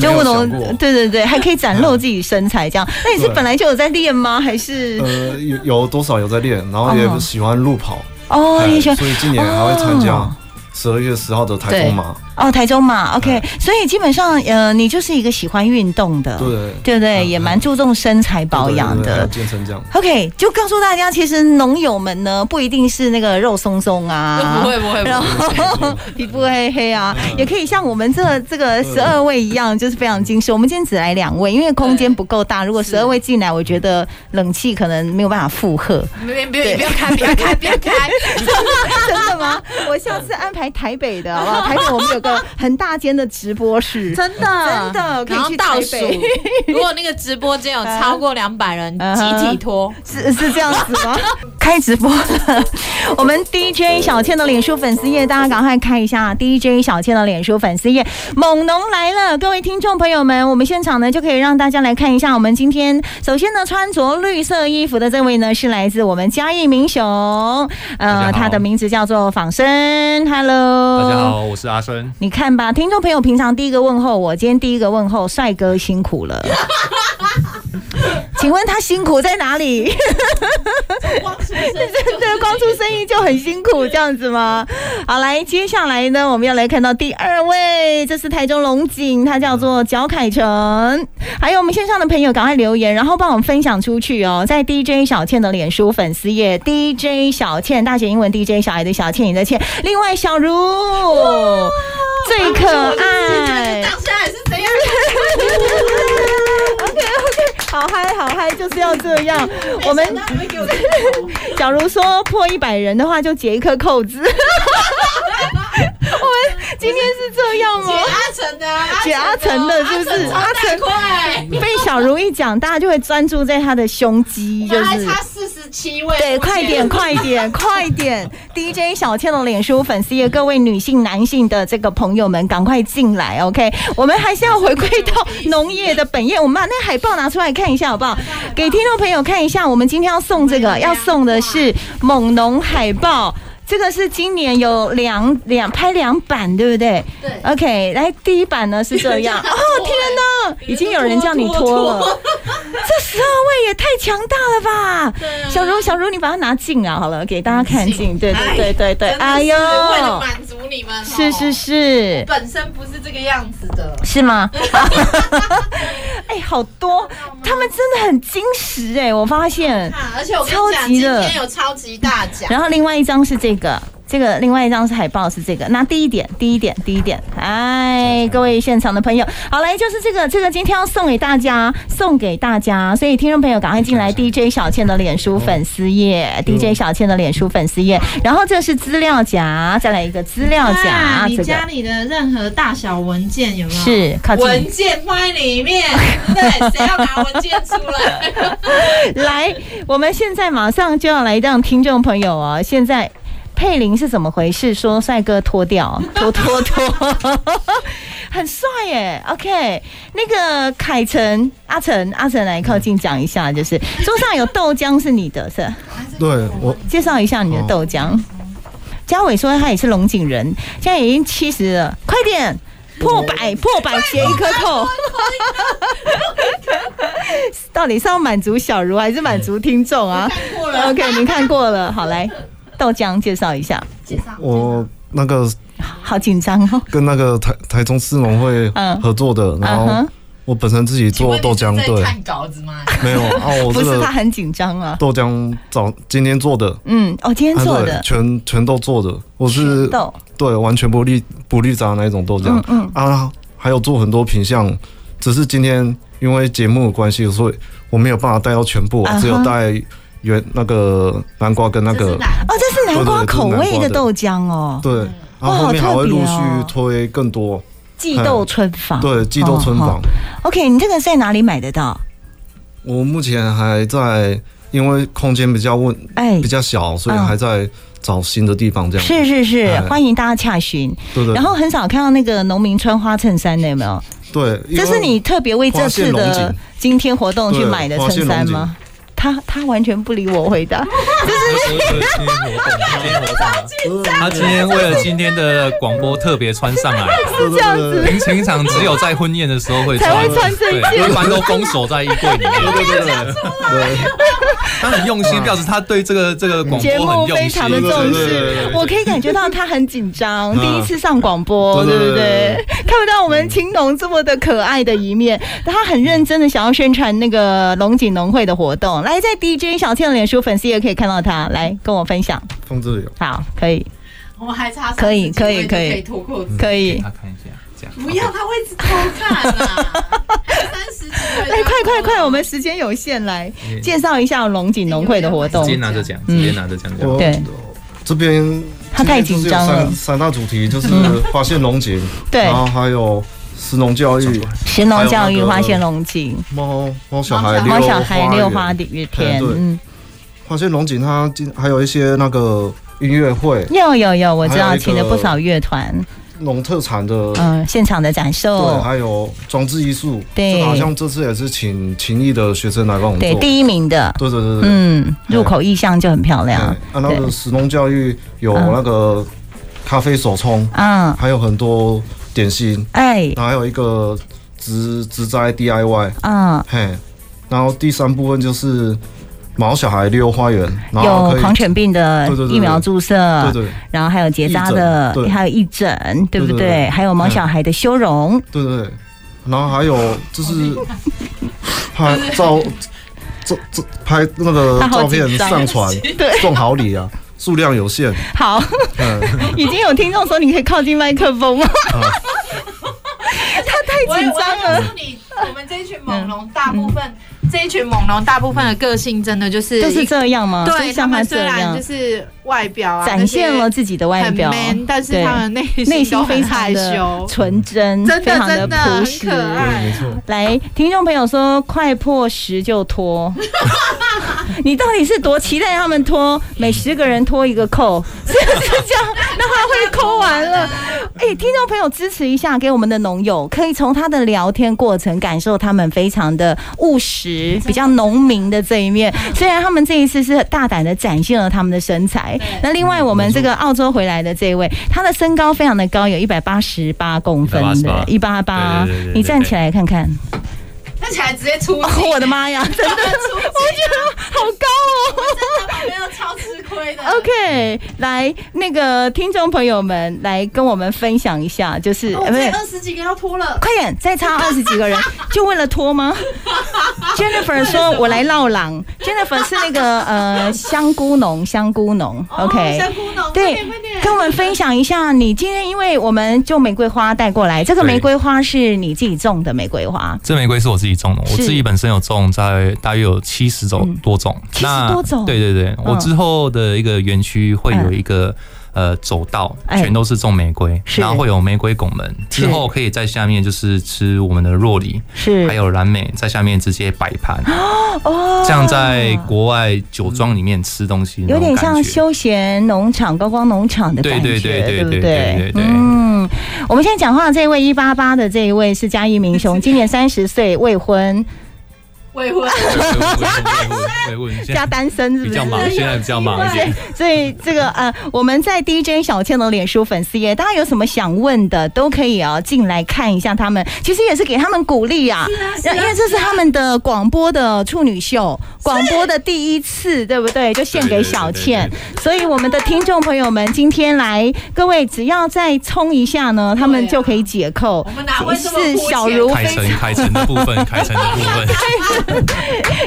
[SPEAKER 1] 就
[SPEAKER 4] 没
[SPEAKER 1] 务
[SPEAKER 4] 有想
[SPEAKER 1] 农
[SPEAKER 4] 过，
[SPEAKER 1] 对对对，还可以展露自己身材 这样。那你是
[SPEAKER 4] 对
[SPEAKER 1] 本来就有在练吗？还是
[SPEAKER 4] 呃，有有多少有在练，然后也喜欢路跑，
[SPEAKER 1] 哦，
[SPEAKER 4] 哎
[SPEAKER 1] 你喜欢
[SPEAKER 4] 所以今年还会参加
[SPEAKER 1] 哦
[SPEAKER 4] 十二月十号的台中马，
[SPEAKER 1] 哦，台中嘛，OK，所以基本上，呃，你就是一个喜欢运动的，
[SPEAKER 4] 对
[SPEAKER 1] 对不对？
[SPEAKER 4] 嗯
[SPEAKER 1] 也蛮注重身材保养
[SPEAKER 4] 对对对
[SPEAKER 1] 的
[SPEAKER 4] 对。健身这样。
[SPEAKER 1] OK，就告诉大家，其实农友们呢，不一定是那个肉松松 啊，
[SPEAKER 2] 不会不会，
[SPEAKER 1] 然后皮肤黑黑啊，
[SPEAKER 2] 嗯
[SPEAKER 1] 也可以像我们这这个十二位一样，就是非常精实。我们今天只来两位，因为空间不够大。如果十二位进来，我觉得冷气可能没有办法负 荷。
[SPEAKER 2] 别别不要开，不要开，不要开，
[SPEAKER 1] 真的吗？我下次安排台北的，好不好？台北我们有个很大间的直播室，
[SPEAKER 2] 真的
[SPEAKER 1] 真的可以
[SPEAKER 2] 然后
[SPEAKER 1] 去
[SPEAKER 2] 倒
[SPEAKER 1] 台
[SPEAKER 2] 数
[SPEAKER 1] 北，
[SPEAKER 2] 如果那个直播间有超过两百人，
[SPEAKER 1] 嗯
[SPEAKER 2] 集体脱。
[SPEAKER 1] 是是这样子吗？ 开直播了，我们 DJ 小倩的脸书粉丝页，大家赶快看一下 DJ 小倩的脸书粉丝页。猛农来了，各位听众朋友们，我们现场呢就可以让大家来看一下。我们今天首先呢，穿着绿色衣服的这位呢是来自我们嘉义民雄，呃
[SPEAKER 3] 大家好
[SPEAKER 1] 他的名字叫做仿生，Hello，
[SPEAKER 3] 大家好，我是阿生。
[SPEAKER 1] 你看吧，听众朋友平常第一个问候我，今天第一个问候帅哥辛苦 了。请问他辛苦在哪里？对，光出生意就很辛苦，这样子吗？好，来，接下来呢，我们要来看到第二位，这是台中龙井，他叫做焦凯成。还有我们线上的朋友，赶快留言，然后帮我们分享出去哦，在 DJ 小倩的脸书粉丝页，DJ 小倩，大写英文 DJ 小爱的小倩，你的倩。另外，小茹最可爱。
[SPEAKER 2] 当下来是怎样？
[SPEAKER 1] OK OK，好嗨好嗨，就是要这样。我们 假如说破一百人的话，就解一颗扣子。我 们今天是这样哦吗？
[SPEAKER 2] 阿成的啊，
[SPEAKER 1] 解阿成的是不是？阿成
[SPEAKER 2] 快，
[SPEAKER 1] 被小茹一讲，大家就会专注在他的胸肌，就
[SPEAKER 2] 还
[SPEAKER 1] 是。
[SPEAKER 2] 差四十七位，
[SPEAKER 1] 对，快点，快点， 快点！DJ 小倩的脸书粉丝页，各位女性、男性的这个朋友们，赶快进来，OK？我们还是要回归到农业的本业，我们把那海报拿出来看一下，好不好？给听众朋友看一下，我们今天要送这个，要送的是猛农海报。这个是今年有两两拍两版，对不对？
[SPEAKER 2] 对
[SPEAKER 1] OK，来第一版呢是这 样。哦天哪，已经有人叫你脱了。 这十二位也太强大了吧！小茹，小茹，你把它拿近啊，好了，给大家看近。对对对对对，哎呦，
[SPEAKER 2] 为了满足你们，哦
[SPEAKER 1] 是是 是，
[SPEAKER 2] 本身不是这个样子的。
[SPEAKER 1] 是 吗？哎，好多，他们真的很矜持哎，我发现。
[SPEAKER 2] 啊！而且我跟
[SPEAKER 1] 超
[SPEAKER 2] 你讲，
[SPEAKER 1] 级
[SPEAKER 2] 今
[SPEAKER 1] 的
[SPEAKER 2] 天有超级大奖，
[SPEAKER 1] 然后另外一张是这个，这个另外一张是海报是这个。那第一点，第一点，第一点，哎，各位现场的朋友，好嘞，就是这个，这个今天要送给大家，送给大家。所以听众朋友赶快进来 DJ 小倩的脸书粉丝页、d j 小倩的脸书粉丝页。然后这是资料夹，再来一个资料夹，
[SPEAKER 5] 啊你
[SPEAKER 1] 这个
[SPEAKER 5] 家里的任何大小文件有没有？
[SPEAKER 1] 是靠近
[SPEAKER 2] 文件放在 里面，对，谁要拿文件出来？
[SPEAKER 1] 来，我们现在马上就要来让听众朋友啊，现在。佩林是怎么回事？说帅哥脱掉，脱脱脱，很帅耶。OK，那个凯晨、阿晨、阿晨来靠近讲一下，就是桌上有豆浆是你的，是
[SPEAKER 4] 对我
[SPEAKER 1] 介绍一下你的豆浆。
[SPEAKER 4] 哦
[SPEAKER 1] 嘉伟说他也是龙井人，现在已经七十了，快点破
[SPEAKER 4] 哦
[SPEAKER 1] 百破百结一颗扣。到底是要满足小茹还是满足听众啊
[SPEAKER 2] 过了
[SPEAKER 1] ？OK，你看过了，好来豆浆介绍一下，
[SPEAKER 4] 我那个
[SPEAKER 1] 好紧张哦。
[SPEAKER 4] 跟那个台台中市农会
[SPEAKER 1] 嗯
[SPEAKER 4] 合作的，然
[SPEAKER 1] 嗯
[SPEAKER 4] 后
[SPEAKER 1] 哼，
[SPEAKER 4] 我本身自己 做豆浆，
[SPEAKER 2] 请问你是在
[SPEAKER 4] 对，
[SPEAKER 2] 看稿子吗？
[SPEAKER 4] 没有啊，我
[SPEAKER 1] 不
[SPEAKER 4] 这
[SPEAKER 1] 是
[SPEAKER 4] 个
[SPEAKER 1] 他很紧张啊。
[SPEAKER 4] 豆浆早今天做的，
[SPEAKER 1] 嗯，哦，今天
[SPEAKER 4] 啊
[SPEAKER 1] 做
[SPEAKER 4] 对
[SPEAKER 1] 的
[SPEAKER 4] 全全都做的，我是
[SPEAKER 1] 豆，
[SPEAKER 4] 对完全不绿不绿杂那一种豆浆，
[SPEAKER 1] 嗯
[SPEAKER 4] 啊，还有做很多品相，只是今天因为节目的关系，所以我没有办法带到全部，
[SPEAKER 1] 啊哈
[SPEAKER 4] 只有带原那个南瓜跟那个
[SPEAKER 1] 哦，这是南瓜
[SPEAKER 4] 对对这是
[SPEAKER 1] 口味
[SPEAKER 4] 南
[SPEAKER 1] 的
[SPEAKER 4] 瓜的
[SPEAKER 1] 豆浆哦，
[SPEAKER 4] 对，然后
[SPEAKER 1] 好
[SPEAKER 4] 后面还
[SPEAKER 1] 特
[SPEAKER 4] 会
[SPEAKER 1] 别
[SPEAKER 4] 陆
[SPEAKER 1] 哦
[SPEAKER 4] 续推更多，
[SPEAKER 1] 季豆春坊。
[SPEAKER 4] 对，季豆春
[SPEAKER 1] 哦
[SPEAKER 4] 坊，
[SPEAKER 1] 哦 OK，你这个在哪里买得到？
[SPEAKER 4] 我目前还在，因为空间比较问
[SPEAKER 1] 哎
[SPEAKER 4] 比，较小，所以
[SPEAKER 1] 嗯
[SPEAKER 4] 还在找新的地方这样，
[SPEAKER 1] 是是是
[SPEAKER 4] 哎，嗯
[SPEAKER 1] 欢迎大家洽询。
[SPEAKER 4] 对对
[SPEAKER 1] 然后很少看到那个农民穿花衬衫的，有没有？
[SPEAKER 4] 对，因
[SPEAKER 1] 这
[SPEAKER 4] 为
[SPEAKER 1] 是你特别为这次
[SPEAKER 4] 啊花线龙
[SPEAKER 1] 的
[SPEAKER 4] 井
[SPEAKER 1] 今天活动去买的衬衫吗？他他完全不理我回答，
[SPEAKER 3] 今天活动，今天活动，他今天为了今天的广播特别穿上来，
[SPEAKER 1] 是这样子。
[SPEAKER 3] 平平常只有在婚宴的时候会
[SPEAKER 1] 才
[SPEAKER 3] 穿，
[SPEAKER 1] 会穿这件
[SPEAKER 3] 对一般都封锁在衣柜里面。
[SPEAKER 4] 对对对对，
[SPEAKER 3] 他很用心，表示他对这个这个广
[SPEAKER 1] 节
[SPEAKER 3] 播很
[SPEAKER 1] 目
[SPEAKER 3] 用
[SPEAKER 1] 非
[SPEAKER 3] 心，
[SPEAKER 1] 常的重
[SPEAKER 4] 对对对
[SPEAKER 1] 视
[SPEAKER 4] 对，对
[SPEAKER 1] 我可以感觉到他很紧张，
[SPEAKER 4] 嗯
[SPEAKER 1] 第一次上广播，对
[SPEAKER 4] 对对
[SPEAKER 1] 不对
[SPEAKER 4] 对？
[SPEAKER 1] 看不到我们青农这么的可爱的一面，他很认真的想要宣传那个龙井农会的活动。来，在 DJ 小倩的脸书粉丝也可以看到他，来跟我分享。
[SPEAKER 4] 风之旅。
[SPEAKER 1] 好，可以，
[SPEAKER 5] 我还差
[SPEAKER 1] 可以可以可以
[SPEAKER 5] 可以脱裤子，
[SPEAKER 1] 可
[SPEAKER 3] 给
[SPEAKER 1] 以。
[SPEAKER 3] 他看一下，这样
[SPEAKER 5] 不要，他会一直偷看啊 啦，三十几岁，
[SPEAKER 2] 啊
[SPEAKER 1] 哎来，快快
[SPEAKER 2] 嗯
[SPEAKER 1] 快，我们时间有限，来
[SPEAKER 3] 嗯
[SPEAKER 1] 介绍一下龙井农会的活动
[SPEAKER 3] 直接。拿着讲，直接拿着讲讲。
[SPEAKER 4] 我
[SPEAKER 1] 对
[SPEAKER 4] 这边
[SPEAKER 1] 他太紧张了嗯
[SPEAKER 4] 今天就是有三三大主题就是发现龙井，哦
[SPEAKER 1] 对
[SPEAKER 4] 然，后还有石农教育、
[SPEAKER 1] 神农教
[SPEAKER 4] 还
[SPEAKER 1] 育
[SPEAKER 4] 有那个
[SPEAKER 1] 花现龙井，
[SPEAKER 4] 猫猫小孩
[SPEAKER 5] 猫
[SPEAKER 1] 猫小孩
[SPEAKER 4] 花
[SPEAKER 1] 六
[SPEAKER 4] 园
[SPEAKER 1] 花雨天
[SPEAKER 4] 哎，对
[SPEAKER 1] 嗯，
[SPEAKER 4] 发现龙井它今还有一些那个音乐会、
[SPEAKER 1] 有有有，我知
[SPEAKER 4] 还
[SPEAKER 1] 道
[SPEAKER 4] 有一个
[SPEAKER 1] 请了不少乐团。
[SPEAKER 4] 农特产的，
[SPEAKER 1] 嗯，现场的展
[SPEAKER 4] 对，
[SPEAKER 1] 售，
[SPEAKER 4] 还有装置艺术，
[SPEAKER 1] 对
[SPEAKER 4] 这个好像这次也是请秦艺的学生来帮我们
[SPEAKER 1] 对
[SPEAKER 4] 做，对
[SPEAKER 1] 第一名的，
[SPEAKER 4] 对对对，
[SPEAKER 1] 嗯，入口意向就很漂
[SPEAKER 4] 对，
[SPEAKER 1] 亮
[SPEAKER 4] 啊，那个石农教育有
[SPEAKER 1] 嗯
[SPEAKER 4] 那个咖啡手冲，
[SPEAKER 1] 啊，
[SPEAKER 4] 还有很多点心，
[SPEAKER 1] 哎，
[SPEAKER 4] 然后还有一个植植栽 DIY，
[SPEAKER 1] 啊，
[SPEAKER 4] 嘿，然后第三部分就是毛小孩溜花园，然后可
[SPEAKER 1] 有
[SPEAKER 4] 以
[SPEAKER 1] 狂犬病的
[SPEAKER 4] 对对对对
[SPEAKER 1] 疫苗注射
[SPEAKER 4] 对，对
[SPEAKER 1] 然后还有结扎的
[SPEAKER 4] 义诊，对
[SPEAKER 1] 还有义诊，对不
[SPEAKER 4] 对
[SPEAKER 1] 对？
[SPEAKER 4] 对对
[SPEAKER 1] 还有毛小孩的修容，
[SPEAKER 4] 对对对，然后还有就是拍照，这这拍那个
[SPEAKER 1] 他好
[SPEAKER 4] 照片
[SPEAKER 1] 紧张
[SPEAKER 4] 上传
[SPEAKER 1] 对，
[SPEAKER 4] 送好礼啊，数量有限，
[SPEAKER 1] 好，
[SPEAKER 4] 嗯，
[SPEAKER 1] 已经有听众说你可以靠近麦克风了，
[SPEAKER 5] 我
[SPEAKER 1] 太紧张
[SPEAKER 5] 哎我
[SPEAKER 1] 了，
[SPEAKER 5] 告诉你，我们这一群猛龙大部分，这一群猛龙大部分的个性真的就是
[SPEAKER 1] 就是这样吗？就
[SPEAKER 5] 对
[SPEAKER 1] 是像
[SPEAKER 5] 他
[SPEAKER 1] 他
[SPEAKER 5] 们
[SPEAKER 1] 这
[SPEAKER 5] 虽然
[SPEAKER 1] 样
[SPEAKER 5] 就，是外表啊
[SPEAKER 1] 展现了自己的外表
[SPEAKER 5] 很 man，但是
[SPEAKER 1] 对
[SPEAKER 5] 他们内心
[SPEAKER 1] 内心
[SPEAKER 5] 都
[SPEAKER 1] 非
[SPEAKER 5] 很
[SPEAKER 1] 常
[SPEAKER 5] 害
[SPEAKER 1] 的
[SPEAKER 5] 羞，
[SPEAKER 1] 纯真，
[SPEAKER 5] 真
[SPEAKER 1] 非
[SPEAKER 5] 的
[SPEAKER 1] 常
[SPEAKER 5] 真的
[SPEAKER 1] 朴
[SPEAKER 5] 很
[SPEAKER 1] 实，
[SPEAKER 5] 可爱。
[SPEAKER 4] 错，
[SPEAKER 1] 来，听众朋友说，快破十就脱。 你到底是多期待他们脱？每十个人脱一个扣， 是不是这样？那他会抠完了。哎、听众朋友支持一下，给我们的农友，可以从他的聊天过程感受他们非常的务实、比较农民的这一面。虽然他们这一次是大胆的展现了他们的身材
[SPEAKER 5] 对，
[SPEAKER 1] 那另外我们这个澳洲回来的这一位，他的身高非常的高，有一百八十八公分的，一八八
[SPEAKER 3] 对对对对对，
[SPEAKER 1] 啊你站起来看看。
[SPEAKER 5] 看起来直接出
[SPEAKER 1] 哦，
[SPEAKER 5] 镜，
[SPEAKER 1] 我的妈 呀，真的
[SPEAKER 5] 真的出镜，
[SPEAKER 1] 好高哦。
[SPEAKER 5] 真的旁边都超吃亏的。
[SPEAKER 1] OK，来，那个听众朋友们来跟我们分享一下，就是、
[SPEAKER 5] 哦我
[SPEAKER 1] 呃不
[SPEAKER 5] 这
[SPEAKER 1] 是
[SPEAKER 5] 二十几个要脱了，
[SPEAKER 1] 快点，再差二十几个人，就为了拖吗？Jennifer 说：“我来绕狼。”Jennifer 是那个呃香菇农，香菇农。
[SPEAKER 5] 哦
[SPEAKER 1] OK，、
[SPEAKER 5] 香菇农，快
[SPEAKER 1] 对
[SPEAKER 5] 点快点，
[SPEAKER 1] 跟我们分享一下，你今天因为我们就玫瑰花带过来，这个
[SPEAKER 3] 对
[SPEAKER 1] 玫瑰花是你自己种的玫瑰花，
[SPEAKER 3] 这玫瑰是我自己种的，
[SPEAKER 1] 是
[SPEAKER 3] 我自己本身有种在大约有七十种多种，
[SPEAKER 1] 70多种嗯
[SPEAKER 3] 对对对，我之后的一个园区会有一个。呃，走道
[SPEAKER 1] 哎
[SPEAKER 3] 全都是种玫瑰，
[SPEAKER 1] 是
[SPEAKER 3] 然后会有玫瑰拱门，
[SPEAKER 1] 是
[SPEAKER 3] 之后可以在下面就是吃我们的若梨，
[SPEAKER 1] 是
[SPEAKER 3] 还有蓝莓，在下面直接摆盘，
[SPEAKER 1] 哦
[SPEAKER 3] 这样在国外酒庄里面吃东西，
[SPEAKER 1] 有点像。休闲农场、观光农场的感觉，
[SPEAKER 3] 对对对
[SPEAKER 1] 不
[SPEAKER 3] 对对对对
[SPEAKER 1] 嗯，我们现在讲话的这位一八八的这一位是嘉义明 雄，今年三十岁，未婚
[SPEAKER 5] 未婚，
[SPEAKER 2] 啊
[SPEAKER 3] 会问一
[SPEAKER 1] 加
[SPEAKER 3] 下，
[SPEAKER 1] 单身，是
[SPEAKER 3] 比
[SPEAKER 1] 不
[SPEAKER 3] 较忙，
[SPEAKER 1] 是？
[SPEAKER 3] 现在比 较忙一点。
[SPEAKER 1] 所以这个呃，我们在 DJ 小倩的脸书粉丝页，大家有什么想问的，都可以啊进来看一下他们。其实也是给他们鼓励啊，
[SPEAKER 5] 是啊
[SPEAKER 1] 因为这是他们的广播的处女秀，广播的第一次，对不对？就献给小倩。所以我们的听众朋友们，今天来，各位只要再冲一下
[SPEAKER 5] 啊
[SPEAKER 1] 呢，他们就可以解扣
[SPEAKER 5] 我。们哪会这么
[SPEAKER 1] 是
[SPEAKER 5] 肤浅
[SPEAKER 1] 小茹
[SPEAKER 3] 开
[SPEAKER 1] 非
[SPEAKER 3] 城开城的部分，开城的部 分，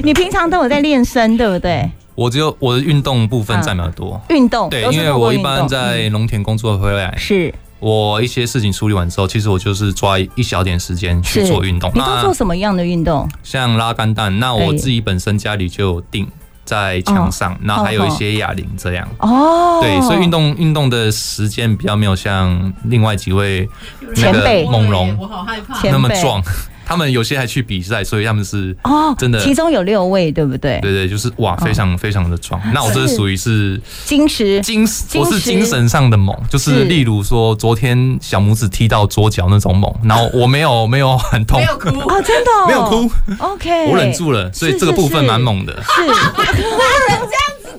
[SPEAKER 1] 你平常都有在练身，对不对？
[SPEAKER 3] 我只有我的运动部分占比较多。
[SPEAKER 1] 运动
[SPEAKER 3] 对，
[SPEAKER 1] 都哦是
[SPEAKER 3] 因为
[SPEAKER 1] 透过
[SPEAKER 3] 我一
[SPEAKER 1] 运动嗯
[SPEAKER 3] 般在农田工作回来，
[SPEAKER 1] 是
[SPEAKER 3] 我一些事情处理完之后，其实我就是抓一小点时间去
[SPEAKER 1] 是
[SPEAKER 3] 做运动。
[SPEAKER 1] 你都做什么样的运动？
[SPEAKER 3] 像拉杆蛋，那我自己本身家里就有钉在墙上，然后还有一些哑铃这样。
[SPEAKER 1] 哦，
[SPEAKER 3] 对，所以运动运动的时间比较没有像另外几位
[SPEAKER 1] 前辈
[SPEAKER 3] 那个猛龙
[SPEAKER 5] 我好害怕。
[SPEAKER 1] 前辈
[SPEAKER 3] 那么壮，他们有些还去比赛，所以他们是
[SPEAKER 1] 哦，
[SPEAKER 3] 真的
[SPEAKER 1] 其中有六位，对不对？
[SPEAKER 3] 对对，就是哇，非常非常的壮。那我这
[SPEAKER 1] 哦啊是
[SPEAKER 3] 属于是
[SPEAKER 1] 金石
[SPEAKER 3] 精，
[SPEAKER 1] 石
[SPEAKER 3] 我是精神上的猛，就是是例如说昨天小拇指踢到左脚那种猛，然后我没有没有很痛
[SPEAKER 2] 没，有哭，
[SPEAKER 1] 哦，真的、哦、
[SPEAKER 3] 没有哭，
[SPEAKER 1] ，OK，
[SPEAKER 3] 我忍住了，所以这个部分蛮猛的。
[SPEAKER 1] 是。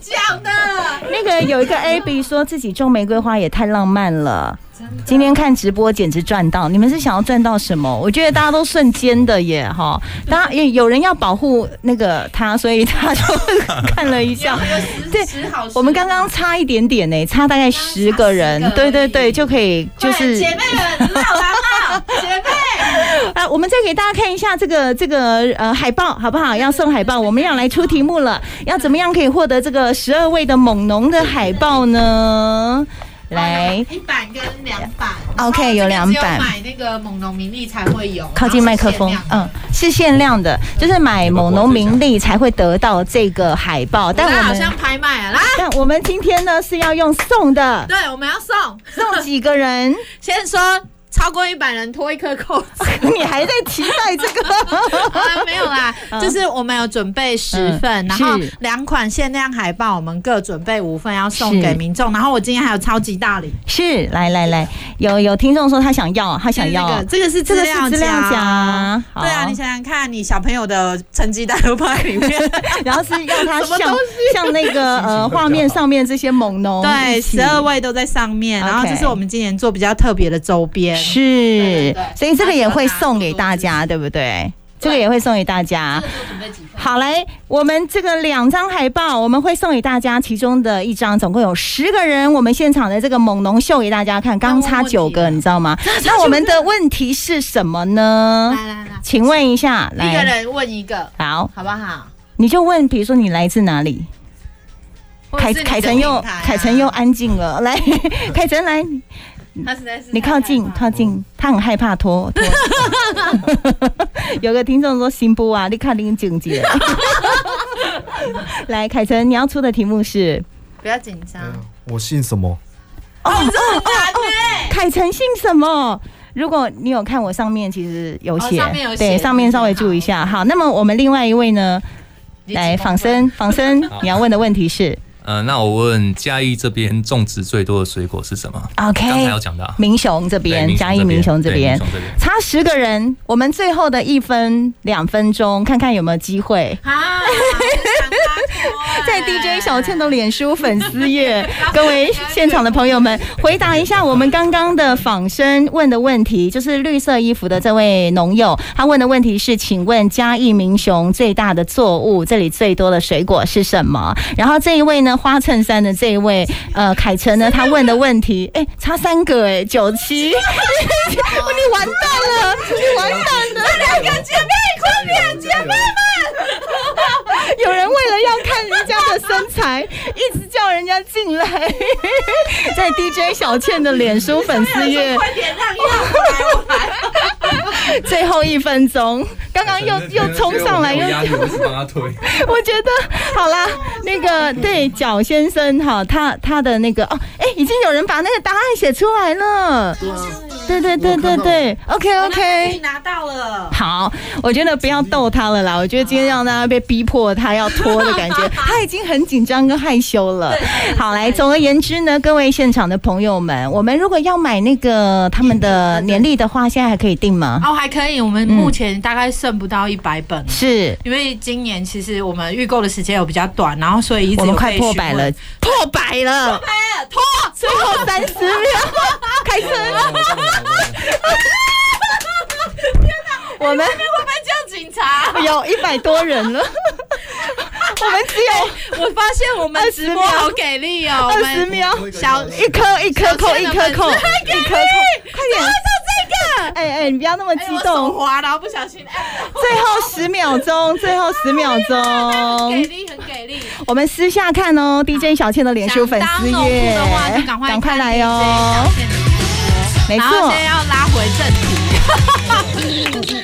[SPEAKER 2] 讲的
[SPEAKER 1] 那个有一 个 AB 说自己种玫瑰花也太浪漫了，今天看直播简直赚到。你们是想要赚到什么？我觉得大家都瞬间的耶哈，当 然有有人要保护那个他，所以他就看了一 下。对
[SPEAKER 2] 对，十好事
[SPEAKER 1] 我们刚刚差一点点呢，差大概十个人
[SPEAKER 2] 刚，差
[SPEAKER 1] 对
[SPEAKER 2] 10个
[SPEAKER 1] 对
[SPEAKER 2] 而已
[SPEAKER 1] 对，就可以就
[SPEAKER 2] 快
[SPEAKER 1] 是
[SPEAKER 2] 姐妹们闹来闹，姐妹
[SPEAKER 1] 啊，我们再给大家看一下这个这个呃海报好不好？要送海报，我们要来出题目了。要怎么样可以获得这个十二位的猛农的海报呢？ 来，
[SPEAKER 2] 一版跟两版
[SPEAKER 1] OK，
[SPEAKER 2] 然后这个
[SPEAKER 1] 有两版
[SPEAKER 2] 只有买那个个猛农名利才会有，
[SPEAKER 1] 靠近麦克风
[SPEAKER 2] 然后，
[SPEAKER 1] 嗯，是限量的，就是买某农名利才会得到这个海报。
[SPEAKER 2] 是限量
[SPEAKER 1] 但
[SPEAKER 2] 的。我
[SPEAKER 1] 我
[SPEAKER 2] 们好
[SPEAKER 1] 们
[SPEAKER 2] 像拍卖啊，来，
[SPEAKER 1] 但我们今天呢是要用送的，
[SPEAKER 2] 对，我们要送，
[SPEAKER 1] 送几个人？
[SPEAKER 2] 先说超过一百人脱一颗扣 子，
[SPEAKER 1] 你还在期待这 个？
[SPEAKER 2] 啊，没有啦，就是我们有准备十份，
[SPEAKER 1] 嗯
[SPEAKER 2] 然后
[SPEAKER 1] 是
[SPEAKER 2] 两款限量海报，我们各准备五份要送给
[SPEAKER 1] 是
[SPEAKER 2] 民众。然后我今天还有超级大礼，
[SPEAKER 1] 是，来来来，有有听众说他想要，他想
[SPEAKER 2] 就是
[SPEAKER 1] 要
[SPEAKER 2] 那个，这个是
[SPEAKER 1] 这个是
[SPEAKER 2] 资
[SPEAKER 1] 资料夹好
[SPEAKER 2] 对啊，你想想看，你小朋友的成绩单都放在里面，
[SPEAKER 1] 然后是让他
[SPEAKER 2] 什么
[SPEAKER 1] 像
[SPEAKER 2] 东
[SPEAKER 1] 像那个呃
[SPEAKER 4] 心情会比较
[SPEAKER 1] 画面上面这些猛农
[SPEAKER 2] 对，
[SPEAKER 1] 一起
[SPEAKER 2] 十二位都在上面。然后
[SPEAKER 1] OK
[SPEAKER 2] 这是我们今年做比较特别的周边，
[SPEAKER 1] 是
[SPEAKER 2] 对对，
[SPEAKER 1] 所以这个也会送给大家，对不对？这个也会送给大家。好嘞，我们这个两张海报我们会送给大家，其中的一张总共有十个人，我们现场的这个猛农秀给大家看，刚差九个，你知道吗？那我们的问题是什么呢？
[SPEAKER 2] 来来来，
[SPEAKER 1] 请问一下，
[SPEAKER 2] 一个
[SPEAKER 1] 来，
[SPEAKER 2] 人问一个，
[SPEAKER 1] 好，
[SPEAKER 2] 好不好？
[SPEAKER 1] 你就问，比如说你来自哪里？
[SPEAKER 2] 或者
[SPEAKER 1] 凯
[SPEAKER 2] 是你的
[SPEAKER 1] 凯晨又
[SPEAKER 2] 平台啊
[SPEAKER 1] 凯晨又安静了， 来，凯晨来，
[SPEAKER 2] 他实在是
[SPEAKER 1] 你
[SPEAKER 2] 太
[SPEAKER 1] 靠
[SPEAKER 2] 害
[SPEAKER 1] 近，
[SPEAKER 2] 怕
[SPEAKER 1] 靠
[SPEAKER 2] 了
[SPEAKER 1] 近，他很害怕脱 脱。有个听众说：“新不啊，你看林警姐。” 来，凯晨，你要出的题目是
[SPEAKER 2] 不要紧
[SPEAKER 1] 嗯
[SPEAKER 2] 张。
[SPEAKER 4] 我姓什么？
[SPEAKER 1] 哦哦哦，凯晨姓什么？如果你有看我上面，其实有写，
[SPEAKER 2] 哦上面有写
[SPEAKER 1] 对，上面稍微注意一下。好，那么我们另外一位呢，
[SPEAKER 2] 你
[SPEAKER 1] 来
[SPEAKER 2] 几公
[SPEAKER 1] 仿
[SPEAKER 2] 分，
[SPEAKER 1] 生，仿生，你要问的问题是
[SPEAKER 3] 呃，那我问嘉义这边种植最多的水果是什么？刚才
[SPEAKER 1] ，OK，
[SPEAKER 3] 有讲到啊，
[SPEAKER 1] 明雄这
[SPEAKER 3] 对
[SPEAKER 1] 哎边，嘉义明雄这
[SPEAKER 3] 对民
[SPEAKER 1] 边
[SPEAKER 3] 雄。这边。
[SPEAKER 1] 差十个人，我们最后的一分两分钟，看看有没有机会。
[SPEAKER 2] 啊，我
[SPEAKER 1] 在
[SPEAKER 2] 想拉脱
[SPEAKER 1] DJ 小倩的脸书粉丝页，各位现场的朋友们，回答一下我们刚刚的仿生问的问题，就是绿色衣服的这位农友，他问的问题是：请问嘉义民雄最大的作物，这里最多的水果是什么？然后这一位呢，花衬衫的这一位，呃，凯晨呢，他问的问题，哎、差三个、哎，九七， 你完蛋了，你完蛋了，两个姐妹，快点，姐妹们！ 有人为了要看人家的身材，一直叫人家进来，在 DJ 小倩的脸书粉丝 页，
[SPEAKER 2] 快点让让来，
[SPEAKER 1] 最后一分钟，刚刚又又冲上来，又
[SPEAKER 3] 我是 帮他推。
[SPEAKER 1] 我觉得好啦，那个对角先生哈，他他的那个哦，哎，已经有人把那个答案写出来了，对对对对对，OK
[SPEAKER 2] 我拿
[SPEAKER 1] OK
[SPEAKER 2] 你。拿到了。
[SPEAKER 1] 好，我觉得不要逗他了啦。我觉得今天让大家被逼迫他要拖的感觉， 他已经很紧张跟害羞了。好，来，总而言之呢，各位现场的朋友们，我们如果要买那个他们的年历的话，现在还可以订吗？
[SPEAKER 2] 哦，还可以，我
[SPEAKER 1] 嗯
[SPEAKER 2] 们目前大概剩不到一百本。
[SPEAKER 1] 是
[SPEAKER 2] 因为今年其实我们预购的时间有比较短，然后所以一直
[SPEAKER 1] 我
[SPEAKER 2] 有
[SPEAKER 1] 们快
[SPEAKER 2] 被
[SPEAKER 1] 破
[SPEAKER 2] 询
[SPEAKER 1] 百
[SPEAKER 2] 问哎
[SPEAKER 1] 了，，破百了，
[SPEAKER 2] 脱
[SPEAKER 1] 最后三十秒， 开 始。我们
[SPEAKER 2] 会不会叫警 察？
[SPEAKER 1] 有一百多人 了，我们只有
[SPEAKER 2] 我发现我们直播
[SPEAKER 1] 20秒
[SPEAKER 2] 好给力哦，我
[SPEAKER 1] 二十
[SPEAKER 2] 们
[SPEAKER 1] 秒。
[SPEAKER 2] 小
[SPEAKER 1] 一颗一颗扣，
[SPEAKER 2] 小
[SPEAKER 1] 一
[SPEAKER 2] 倩的
[SPEAKER 1] 颗 扣，一颗扣，快
[SPEAKER 2] 粉丝啊
[SPEAKER 1] 点！这个，哎哎，你不要那么 激
[SPEAKER 2] 哎我手
[SPEAKER 1] 动，
[SPEAKER 2] 滑，然后不小心，哎，
[SPEAKER 1] 最后十秒钟，最后十秒
[SPEAKER 2] 很给
[SPEAKER 1] 钟，
[SPEAKER 2] 力，很给力。
[SPEAKER 1] 我们私下看哦，DJ 小倩的脸书粉丝
[SPEAKER 2] 想当农哦夫
[SPEAKER 1] 页
[SPEAKER 2] 的话，就赶快
[SPEAKER 1] 赶快
[SPEAKER 2] 看
[SPEAKER 1] 来
[SPEAKER 2] DJ
[SPEAKER 1] 哦
[SPEAKER 2] 小，倩的直播
[SPEAKER 1] 没
[SPEAKER 2] 然后
[SPEAKER 1] 错
[SPEAKER 2] 现。在要拉回正题。